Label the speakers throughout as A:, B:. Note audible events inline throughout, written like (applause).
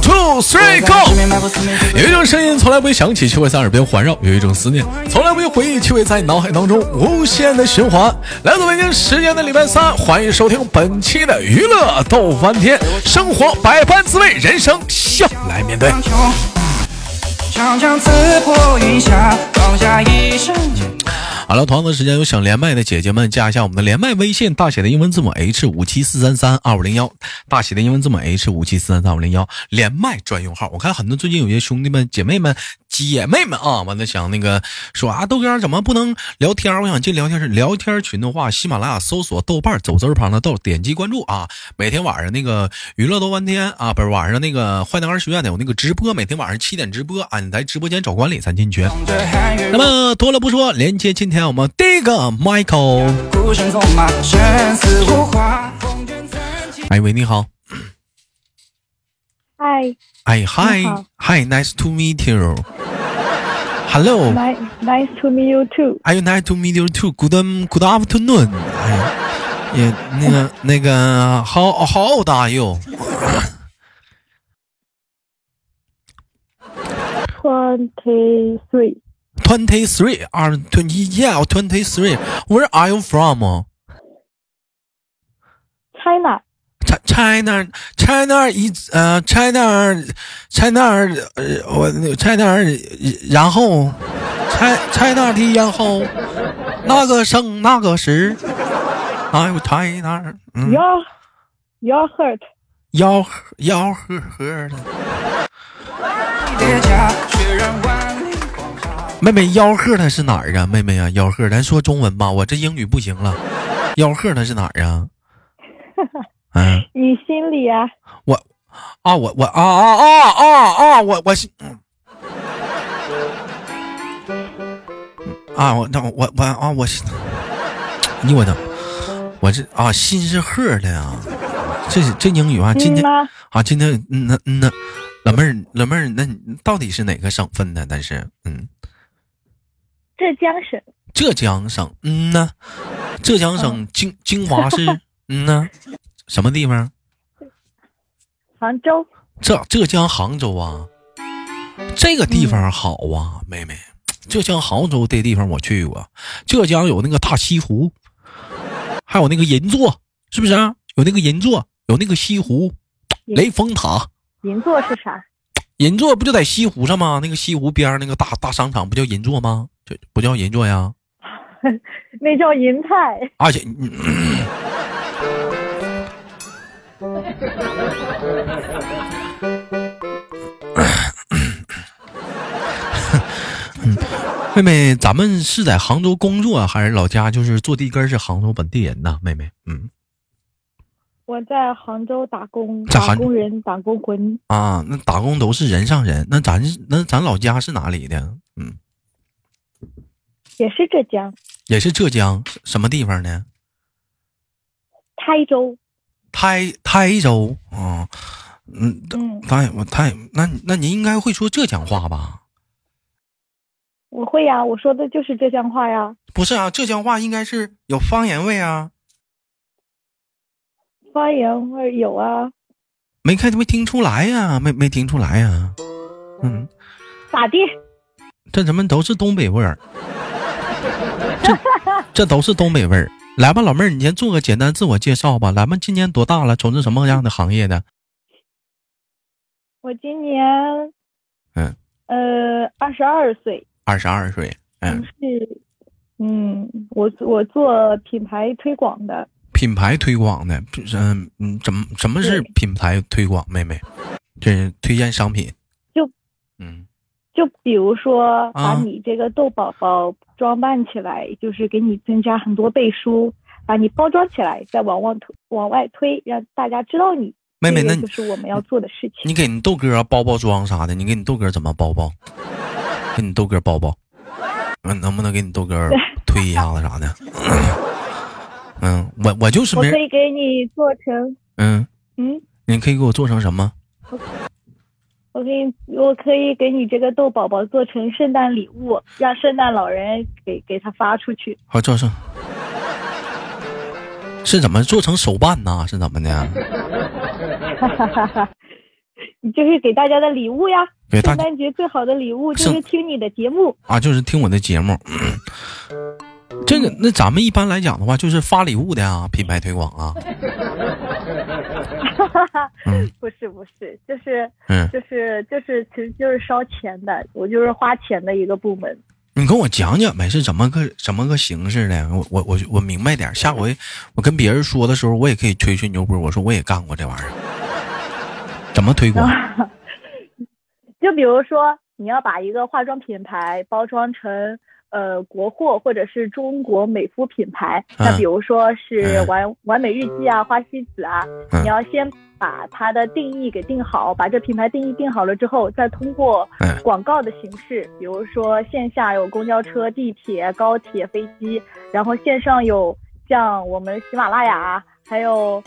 A: three go。有一种声音从来不会响起，却会在耳边环绕；有一种思念从来不会回忆，却会在脑海当中无限的循环。来自北京时间的礼拜三，欢迎收听本期的娱乐逗翻天，生活百般滋味，人生笑来面对。
B: 长江刺破云霞，放下一身轻。
A: 好了，同样的时间，有想连麦的姐姐们加一下我们的连麦微信，大写的英文字母 H 五七四三三二五零幺，大写的英文字母 H 五七四三三二五零幺，连麦专用号。我看很多最近有些兄弟们、姐妹们、姐妹们啊，完了想那个说啊，豆哥怎么不能聊天儿？我想进聊天室聊天群的话，喜马拉雅搜索豆瓣儿走字儿旁的豆，点击关注啊。每天晚上那个娱乐豆翻天啊，不是晚上那个坏男儿学院的有那个直播，每天晚上七点直播啊，你来直播间找管理，咱进群。
B: 这寒月
A: 那么多了不说，连接今天我们第一个 Michael。
B: 孤身纵马，生死无话。风卷残旗
A: 哎喂，你好。
C: Hi,
A: 哎
C: 你
A: ，Hi
C: 好
A: Hi Nice to meet you。Hello。
C: nice, nice to meet you too.
A: Are you nice to meet you too? Good Good afternoon。哎呀，也那个那个，How How old are you？
C: Twenty-three,
A: Twenty three are twenty yeah twenty three. Where are you from?
C: China.
A: Chi- China China is 呃 China China 呃我那个 China 然后 Chi- China 的然后那个生那个时，哎呦 China 嗯
C: Your, your hurt.
A: 吆喝吆喝喝的，
B: 叠加，血染万里黄沙。
A: 妹妹吆喝的是哪儿啊？妹妹啊吆喝，咱说中文吧，我这英语不行了，吆喝的是哪儿啊？嗯，
C: 你心里啊，
A: 我啊我我啊啊啊啊啊我我是。嗯啊，我那我我啊，我是，你我的，我这啊，心是鹤的呀、这是这英语啊，今
C: 嗯
A: 天
C: 吗？
A: 啊，今天嗯那嗯那，老妹儿老妹儿，那你到底是哪个省份的？但是嗯，
C: 浙江省
A: 浙江省，嗯呐，浙江省金金华市，嗯呐，什么地方？
C: 杭州，
A: 浙浙江杭州啊，这个地方好啊，妹妹，浙江杭州这地方我去过，浙江有那个大西湖，还有那个银座，是不是、啊？有那个银座，有那个西湖，
C: 银
A: 雷峰塔，
C: 银座是啥？
A: 银座不就在西湖上吗？那个西湖边儿那个大大商场不叫银座吗？这不叫银座呀？
C: 那叫银泰。
A: 而且， (laughs) 嗯妹妹，咱们是在杭州工作啊还是老家？就是坐地根儿是杭州本地人呐，妹妹。嗯
C: 我在杭州打工，
A: 在
C: 打
A: 杭
C: 工人，打工魂。
A: 啊，那打工都是人上人。那咱是那咱老家是哪里的？嗯，
C: 也是浙江
A: 也是浙江什么地方呢？
C: 台州。
A: 台台州啊，嗯，
C: 嗯，
A: 太我太那那您应该会说浙江话吧？
C: 我会呀、我说的就是浙江话呀。
A: 不是啊，浙江话应该是有方言味啊，
C: 方言味儿有啊，
A: 没看没听出来呀、没没听出来呀、啊嗯，
C: 咋地？
A: 这咱们都是东北味儿， (laughs) 这这都是东北味儿。来吧，老妹儿，你先做个简单自我介绍吧。咱们今年多大了？从事什么样的行业的？
C: 我今年，
A: 嗯，
C: 呃，二十二岁。
A: 二十二岁，嗯，
C: 是，嗯，我我做品牌推广的，
A: 品牌推广的，嗯嗯，怎么什么是
C: 对
A: 品牌推广？妹妹，这是推荐商品，
C: 就
A: 嗯，
C: 就比如说把
A: 啊
C: 你这个豆宝宝装扮起来，就是给你增加很多背书，把你包装起来，再往外推，往外推，让大家知道你。
A: 妹妹，
C: 这
A: 那
C: 个
A: 你
C: 就是我们要做的事情。
A: 你给你豆哥包包装啥的，你给你豆哥怎么包包？给你豆哥包包，嗯，能不能给你豆哥推一下子啥的？ (coughs) 嗯，我我就是
C: 我
A: 没
C: 可以给你做成，
A: 嗯，
C: 嗯，
A: 你可以给我做成什么？
C: 我可以，我可以给你这个豆宝宝做成圣诞礼物，让圣诞老人给给他发出去。
A: 好，做成是怎么做成手办呢？是怎么的？
C: 哈哈哈哈，就是给大家的礼物呀。
A: 给大
C: 圣
A: 家
C: 诞节最好的礼物就是
A: 圣
C: 听你的节目，
A: 啊，就是听我的节目。这个，那咱们一般来讲的话，就是发礼物的啊，品牌推广啊，嗯
C: 不是不是，就是
A: 嗯，
C: 就是就是，其实就是烧钱的，我就是花钱的一个部门。
A: 你跟我讲讲呗，是怎么个怎么个形式的？我我我我明白点儿，下回我跟别人说的时候，我也可以吹吹牛波，我说我也干过这玩意儿，怎么推广？
C: 啊就比如说，你要把一个化妆品牌包装成呃国货或者是中国美肤品牌，
A: 嗯
C: 那比如说是
A: 嗯
C: 完、完美日记啊、花西子啊，
A: 嗯
C: 你要先把它的定义给定好，把这品牌定义定好了之后，再通过
A: 嗯
C: 广告的形式，比如说线下有公交车、地铁、高铁、飞机，然后线上有像我们喜马拉雅，啊还有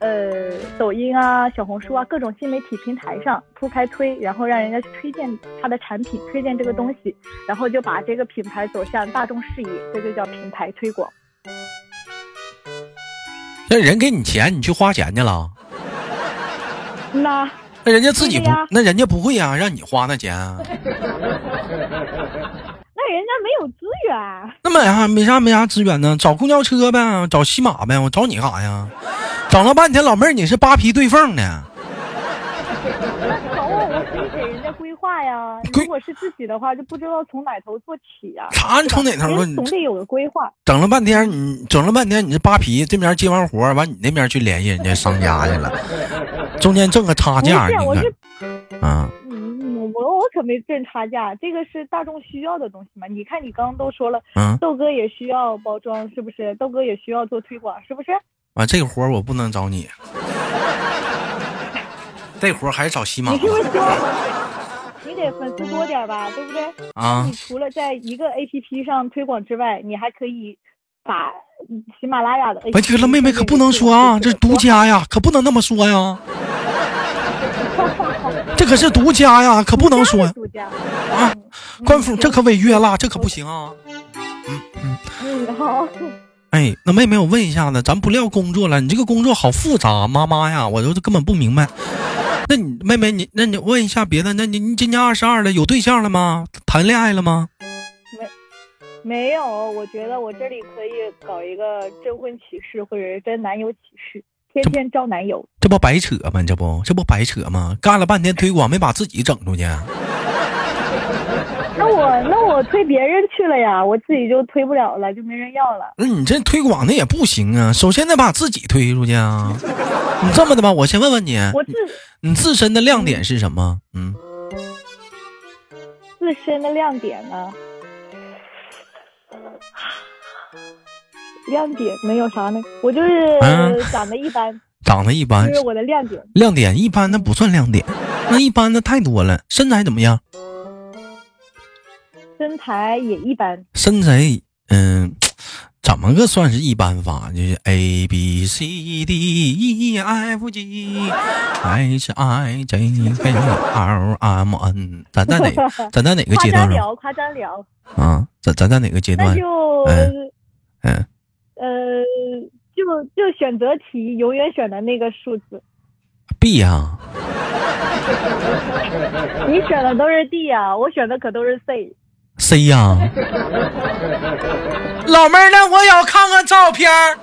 C: 呃抖音啊、小红书啊各种新媒体平台上铺开推，然后让人家去推荐它的产品，推荐这个东西，然后就把这个品牌走向大众视野，这就叫品牌推广。
A: 那人给你钱，你去花钱去了，
C: 那
A: 那人家自己不
C: 对呀，
A: 那人家不会呀、让你花那钱啊，
C: 那人家没有资源，
A: 那买啥没啥没啥资源呢？找公交车呗，找西马呗，我找你干啥呀？找了半天，老妹儿你是扒皮对缝的。
C: 找我我可以给人家规划呀。
A: 规
C: 如果是自己的话，就不知道从哪头做起呀、
A: 啥？你从哪头说？
C: 人
A: 你
C: 总得有个规划。
A: 整了半天，你整了半天，你这扒皮这边接完活儿，完你那边去联系人家商家去了，中间挣个差
C: 不
A: 价，
C: 是，
A: 你
C: 我是
A: 看啊，
C: 嗯，我我我可没挣差价，这个是大众需要的东西嘛。你看，你刚刚都说了，
A: 嗯，
C: 豆哥也需要包装，是不是？豆哥也需要做推广，是不是？
A: 完、这个活儿我不能找你，这活儿还是找西马
C: 你
A: 吧
C: 是不是希望粉丝？你得粉丝多点吧，对不对？
A: 啊
C: 你。除了在一个 APP 上推广之外，你还可以把喜马拉雅的 APP
A: 完哎这了，妹妹可不能说啊，这是独家呀，可不能那么说呀，
C: (laughs)
A: 这可是独家呀，可不能说呀
C: 独家。
A: 啊！官府这可违约了，这可不行啊！
C: 嗯，好，
A: 哎，那妹妹，我问一下子，咱不聊工作了，你这个工作好复杂，妈妈呀，我都根本不明白。那你妹妹，你那你问一下别的，那你你今年二十二了，有对象了吗？谈恋爱了吗？
C: (laughs) 没有，我觉得我这里可以搞一个征婚启事或者是征男友启事，天天招男友。
A: 这不白扯吗？这不这不白扯吗？干了半天推广，没把自己整出去。
C: 那我那我推别人去了呀，我自己就推不了了，就没人要了。
A: 那、你这推广的也不行啊，首先得把自己推出去啊。你这么的吧，我先问问你，
C: 我自
A: 你自身的亮点是什么？嗯，
C: 自身的亮点呢，
A: (laughs)
C: 亮点能有啥呢？我就是
A: 嗯
C: 长得一般，
A: 长得一
C: 这
A: 般
C: 是，我的亮点。
A: 亮点一般，那不算亮点，那一般的太多了。身材怎么样？
C: 身材也一般，
A: 身材，嗯，怎么个算是一般法？就是 A B C D E F G H I J K L M N，咱在哪？咱在哪个
C: 夸
A: 阶
C: 张
A: 段上
C: 聊，夸张聊，
A: 啊？咱咱在哪个阶
C: 那
A: 段？
C: 就、
A: 嗯嗯，
C: 呃，就就选择题永远选的那个数字，
A: b 呀、
C: 你选的都是 D 啊，我选的可都是 C。
A: C 呀、老妹儿，那我要看看照片儿。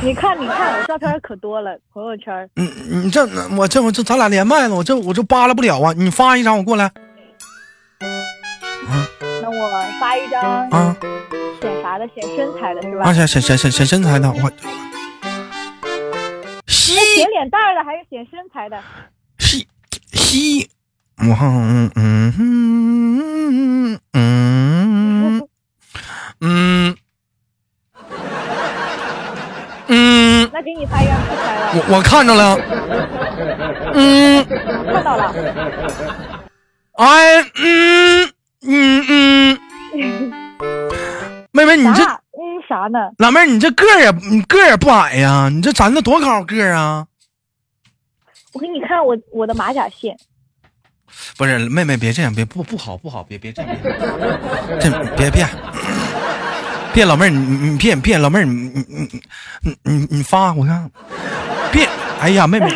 C: 你看，你看，我照片可多了，朋友圈。
A: 嗯，你这我这我这咱俩连麦了，我这我这扒拉不了啊！你发一张我过来
C: 那我发一张
A: 啊
C: 显啥的，显身材的是吧
A: 啊！？显显显显显身材的我。西
C: 显脸蛋儿的还是显身材的？
A: 西西，我看嗯嗯嗯嗯嗯嗯，
C: 那给你发一张身材了，
A: 我我看着了，嗯。
C: 看到了。
A: 哎，嗯嗯嗯，妹妹，你这
C: 啥？嗯，啥呢？
A: 老妹儿，你这个儿也你个儿也不矮呀，你这咱这多高个儿啊？
C: 我给你看我我的马甲线，
A: 不是，妹妹别这样，别不不好不好，别别这样，这别别别老妹儿，你你你别别老妹儿，你你你你你你发我看，别，哎呀，妹妹，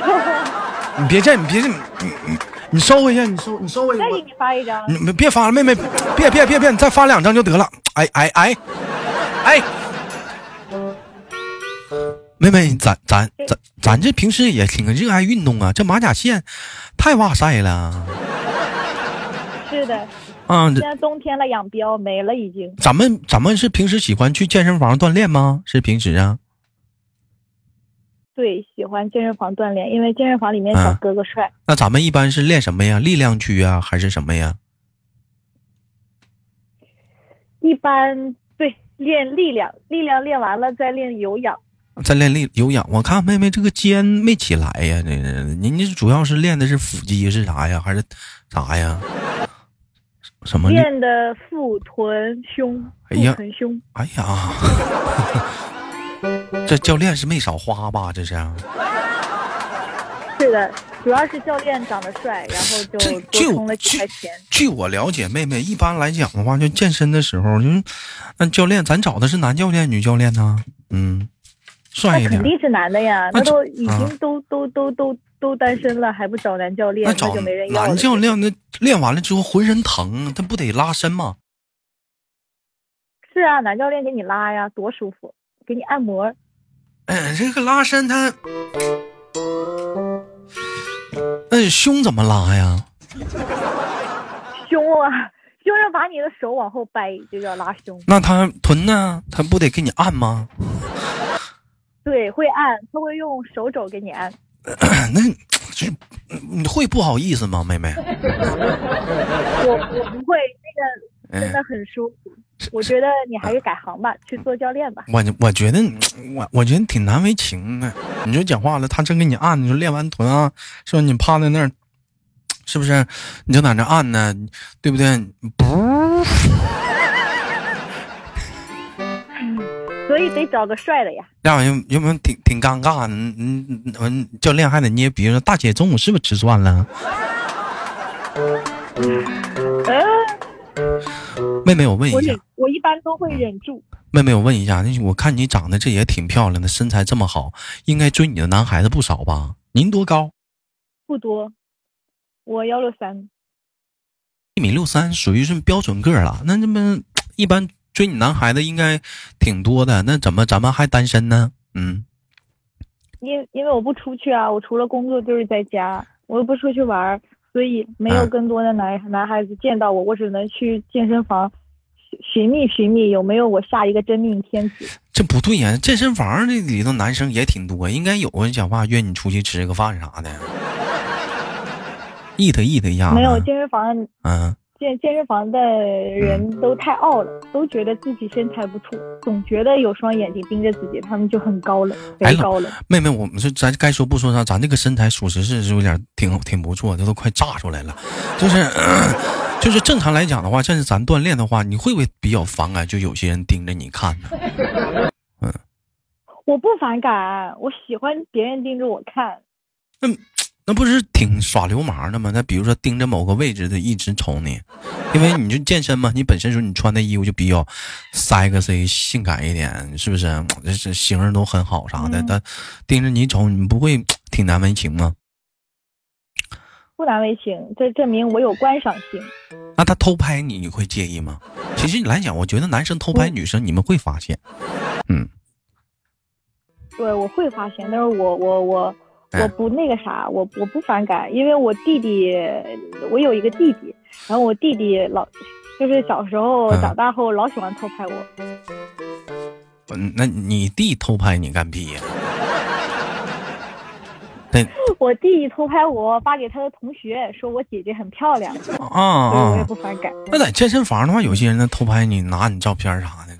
D: 你别这，你别这，你你你收回去，你收你收回去
C: 再，给你发一张，
D: 你你别发了，妹妹，别别别别，你再发两张就得了。哎哎哎哎，
A: 妹妹，咱咱咱咱这平时也挺热爱运动啊，这马甲线太哇塞了
C: 是的，
A: 啊！
C: 现
A: 这
C: 在冬天了，养膘没了已经。
A: 咱们咱们是平时喜欢去健身房锻炼吗？是平时啊？
C: 对，喜欢健身房锻炼，因为健身房里面
A: 嗯
C: 小哥哥帅。
A: 那咱们一般是练什么呀？力量区啊，还是什么呀？
C: 一般对练力量，力量练完了再练有氧。
A: 再练力有氧，我看妹妹这个肩没起来呀，这是您这主要是练的是腹肌是啥呀？还是啥呀？什么力？
C: 练的腹臀胸，
A: 哦哎呀
C: 腹臀胸，
A: 哎呀， (laughs) 这教练是没少花吧？这是啊
C: 是的，主要是教练长得帅，然后就
A: 这
C: 多
A: 据
C: 充
A: 我
C: 了几
A: 据
C: 块钱。
A: 据我了解，妹妹一般来讲的话，就健身的时候，就是那教练，咱找的是男教练、女教练呢？嗯，帅
C: 那
A: 一
C: 肯
A: 点。
C: 定是男的呀，
A: 那
C: 那
A: 就
C: 都已
A: 啊
C: 经都都都都都单身了，还不找男教练，
A: 那
C: 那
A: 找
C: 就没人要了。
A: 男教练，那练完了之后浑身疼，他不得拉伸吗？
C: 是啊，男教练给你拉呀，多舒服，给你按摩。
A: 哎，这个拉伸他，那哎胸怎么拉呀？
C: 胸啊，胸上把你的手往后掰，就叫拉胸。
A: 那他臀呢？他不得给你按吗？
C: 对，会按，他会用手肘给你按。
A: 哎那这你会不好意思吗，妹妹？
C: 我我不会，那个真的很舒服。我觉得你哎还是改行吧，去做教练吧。
A: 我我觉得我我觉得挺难为情的。你就讲话了，他真给你按，你说练完臀啊，是吧？你趴在那儿，是不是？你就在那按呢，对不对？不，
C: 所以得找个帅的呀。
A: 那有有没有挺挺尴尬？嗯嗯嗯嗯，教练还得捏鼻子说，大姐中午是不是吃蒜了？
C: 嗯，
A: 妹妹，我问
C: 我
A: 一下
C: 忍，，我一般都会忍住。
A: 妹妹，我问一下，那我看你长得这也挺漂亮的，身材这么好，应该追你的男孩子不少吧？您多高？
C: 不多，我幺六三，
A: 一米六三，属于是标准个儿了。那这么嗯一般追你男孩子应该挺多的，那怎么咱们还单身呢？嗯，
C: 因因为我不出去啊，我除了工作就是在家，我又不出去玩儿，所以没有
A: 嗯
C: 更多的男、男孩子见到我，我只能去健身房寻寻觅寻觅有没有我下一个真命天子。
A: 这不对呀、健身房这里头男生也挺多，应该有人讲话约你出去吃个饭啥的。意特意特一下子，
C: 没有健身房
A: 嗯，
C: 健健身房的人都太傲了，都觉得自己身材不错，总觉得有双眼睛盯着自己，他们就很高冷，
A: 哎
C: 贼
A: 老
C: 高冷。
A: 妹妹，我们说咱该说不说啥，咱这个身材属实是是有点挺挺不错，这都快炸出来了。就是、 (coughs) 呃就是正常来讲的话，像是咱锻炼的话，你会不会比较反感？就有些人盯着你看呢？
C: 我不反感，我喜欢别人盯着我看。
A: 那不是挺耍流氓的吗？那比如说盯着某个位置的一直瞅你，因为你就健身嘛，你本身说你穿的衣服就比较 sexy 性感一点，是不是？这这形儿都很好啥的，
C: 嗯
A: 但盯着你瞅，你不会挺难为情吗？
C: 不难为情，这证明我有观赏性。
A: 那他偷拍你，你会介意吗？其实你来讲，我觉得男生偷拍女生，你们会发现，
C: 对，我会发现，但是我我我
A: 嗯
C: 我不那个啥，我我不反感，因为我弟弟，我有一个弟弟，然后我弟弟老就是小时候
A: 嗯
C: 长大后老喜欢偷拍我， (laughs)
A: 嗯，那你弟偷拍你干屁呀、那
C: 我弟弟偷拍我发给他的同学，说我姐姐很漂亮，所以
A: 啊
C: 我也
A: 啊
C: 不，反感。
A: 那在健身房的话，有些人呢偷拍你，拿你照片啥的，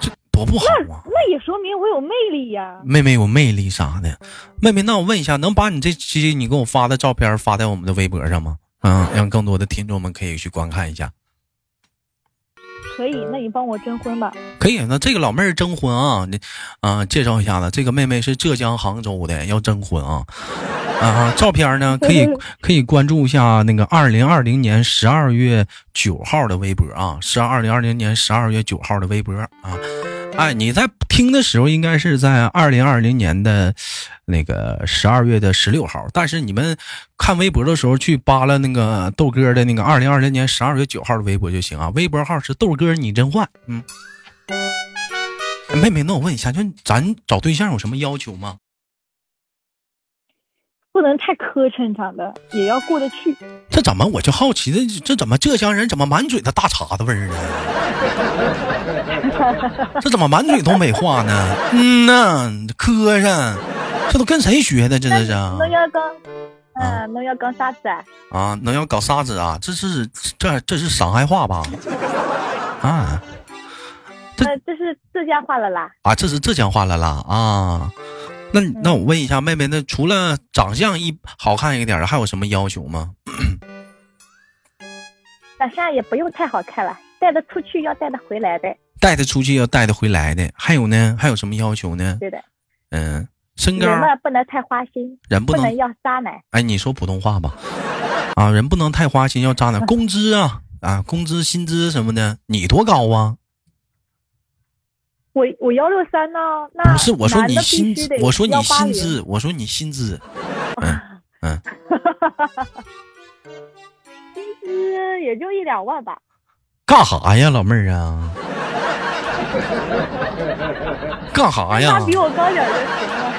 A: 这多不好啊！
C: 那也说明我有魅力呀、
A: 妹妹有魅力啥的，妹妹，那我问一下，能把你这期你给我发的照片发在我们的微博上吗？嗯，让更多的听众们可以去观看一下。
C: 可以，那你帮我征婚吧。
A: 可以，那这个老妹儿征婚啊，你啊、介绍一下子，这个妹妹是浙江杭州的，要征婚啊。 (laughs) 啊，照片呢可以可以关注一下那个二零二零年十二月九号的微博啊，是二零二零年十二月九号的微博啊，哎，你在听的时候应该是在二零二零年的那个十二月的十六号，但是你们看微博的时候去扒拉那个豆哥的那个二零二零年十二月九号的微博就行啊。微博号是豆哥你真坏，嗯。哎妹妹，那我问一下，就咱找对象有什么要求吗？
C: 不能太磕碜啥的，也要过得去。
A: 这怎么我就好奇这这怎么浙江人怎么满嘴的大碴子味儿呢？这怎么满嘴东北话呢？嗯呐，磕碜，这都跟谁学的？这这是啊
C: 侬要讲，嗯，侬要讲啥子啊？
A: 啊，能要搞啥子啊？这是这这是上海话吧？啊这
C: 那这是浙江话了啦。
A: 啊，这是浙江话了啦啊！那那我问一下妹妹，那除了长相一好看一点儿，还有什么要求吗？
C: 长相啊也不用太好看了，带得出去要带得回来的，
A: 带她出去要带她回来的，还有呢？还有什么要求呢？
C: 对的。
A: 嗯，身高
C: 人嘛不能太花心，
A: 人不
C: 不
A: 能
C: 能要渣男。
A: 哎，你说普通话吧， (laughs) 啊，人不能太花心，要渣
C: (laughs)
A: 男。工资啊啊，工资、薪资什么的，你多高啊？
C: 我我幺六三呢，那
A: 不是，我说
C: 啊男
A: 你
C: 的必
A: 薪
C: 须
A: 资
C: 得，
A: 我说你
C: 180
A: 薪资，我说你薪资，
C: 薪资也就一两万吧。
A: 干啥呀，老妹儿
C: (laughs)
A: 啊？干啥哎呀
C: 那？比我高点儿就行了。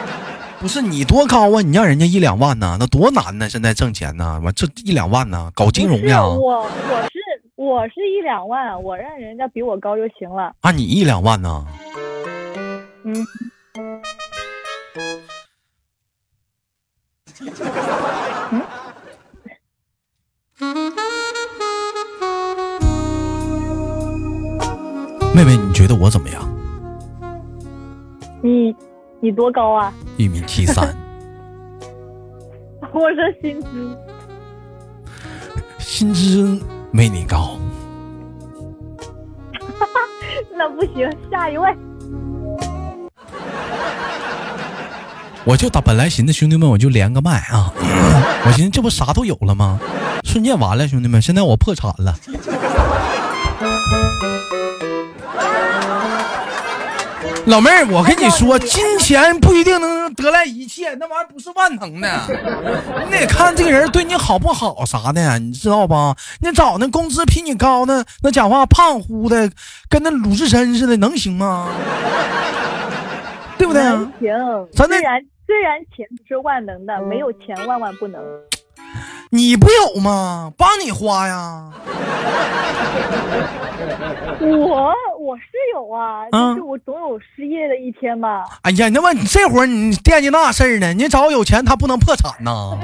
A: 不是你多高啊？你让人家一两万呢、那多难呢、现在挣钱呢、完这一两万呢、搞金融
C: 是
A: 呀？
C: 我我是我是一两万，我让人家比我高就行了。
A: 啊，你一两万呢、
C: 嗯，
A: 妹妹，你觉得我怎么样？
C: 你你多高啊？ (laughs)
A: 一米七三，
C: 我说薪资，
A: 薪资没你高。
C: 那不行，下一位。
A: 我就打本来寻思兄弟们我就连个麦啊， (laughs) 我寻思这不啥都有了吗？瞬间完了，兄弟们，现在我破产了。老妹儿，我跟你说，金钱不一定能得来一切，那玩意儿不是万能的，你得看这个人对你好不好啥的，你知道吧？你找那工资比你高的，那讲话胖乎的，跟那鲁智深似的，能行吗？对不对？啊
C: 能行，
A: 咱嗯那
C: 虽然虽然钱不是万能的，没有钱万万不能。
A: 你不有吗？帮你花呀！
C: 我我是有啊，
A: 嗯
C: 但是我总有失业的一天嘛。
A: 哎呀，那么你这会儿你惦记那事儿呢？你找有钱他不能破产 (laughs) 呐？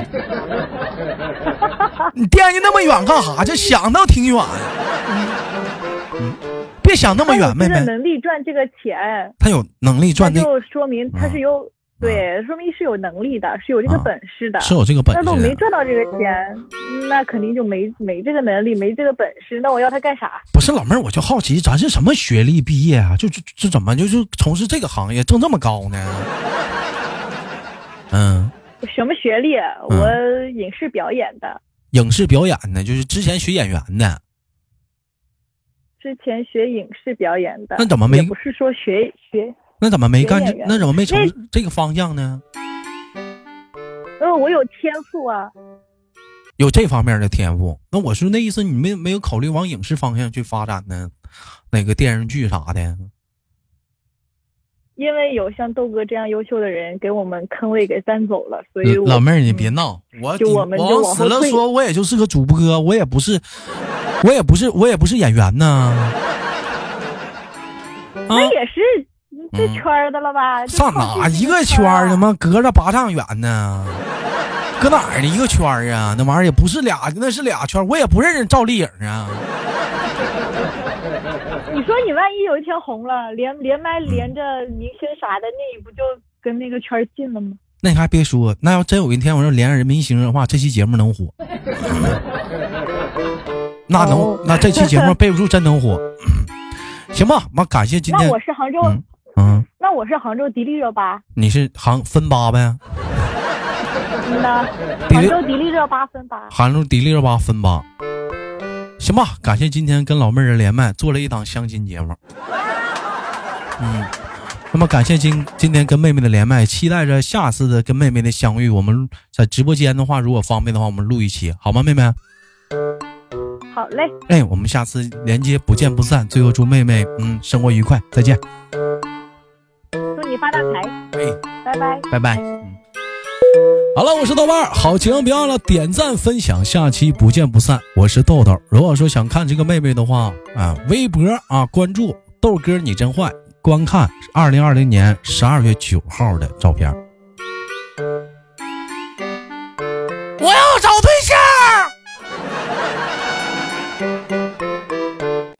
A: 你惦记那么远干啥？就想到挺远，嗯嗯，别想那么
C: 他有
A: 远，妹
C: 这个
A: 妹。
C: 能力赚这个钱，
A: 他有能力
C: 那
A: 赚这，嗯
C: 就说明他是有、对，说明是有能力的，是有这个
A: 啊
C: 本事的。
A: 是有这个本
C: 那
A: 事
C: 都没
A: 的。
C: 赚到这个钱，那肯定就没没这个能力，没这个本事。那我要他干啥？
A: 不是老妹儿，我就好奇，咱是什么学历毕业啊？就就就怎么就就从事这个行业挣这么高呢？ (laughs) 嗯，
C: 什么学历？我影视表演的，
A: 影视表演的，就是之前学演员的，
C: 之前学影视表演的。
A: 那怎么
C: 也
A: 没
C: 不是说学学，
A: 那怎么没
C: 学
A: 干
C: 演
A: 这？
C: 员
A: 那怎么没从
C: 那
A: 事这个方向呢？
C: 因为呃我有天赋啊。
A: 有这方面的天赋。那我说那意思，你没没有考虑往影视方向去发展呢？那个电视剧啥的，
C: 因为有像豆哥这样优秀的人给我们坑位给占走了，所以我嗯
A: 老妹儿你别闹，我
C: 就
A: 你
C: 我们就
A: 往
C: 往
A: 死
C: 后
A: 了
C: 退
A: 说，我也就是个主播，我也不是，我也不是，我也不是演员呐。啊，嗯
C: 那也是这圈儿的了吧？就
A: 上
C: 靠
A: 哪
C: 近
A: 一
C: 这
A: 个圈儿？
C: 啊
A: 他？妈隔着八丈远呢，搁哪儿的一个圈儿啊？那玩意儿也不是俩，那是俩圈儿，我也不认识赵丽颖啊。
C: 你说你万一有一天红了，连连
A: 嗯
C: 麦连着明星啥的，那你不就跟那个圈儿近了吗？
A: 那你还别说，那要真有一天我要连上人明星的话，这期节目能
C: (laughs)
A: 火，那能、
C: 哦
A: 那这期节目备不住真能火，嗯行吧？妈，感谢今
C: 那
A: 天
C: 我，是杭州，
A: 嗯嗯，
C: 那我是杭州迪丽热巴，
A: 你是杭分八呗？
C: 嗯呐，
A: 迪
C: 杭
A: 丽
C: 州迪丽热巴分吧。
A: 杭州迪丽热巴分八，行吧？感谢今天跟老妹儿的连麦，做了一档相亲节目。嗯那么感谢今今天跟妹妹的连麦，期待着下次的跟妹妹的相遇。我们在直播间的话，如果方便的话，我们录一期好吗，妹妹？
C: 好嘞，
A: 哎，我们下次连接不见不散。最后祝妹妹嗯生活愉快，再见，
C: 祝你发大财，
A: 哎，
C: 拜拜。
A: 拜拜。嗯，好了，我是豆瓣儿，好情别忘了点赞分享，下期不见不散。我是豆豆，如果说想看这个妹妹的话啊，微博啊关注豆哥你真坏，观看二零二零年十二月九号的照片。
E: 我要找他。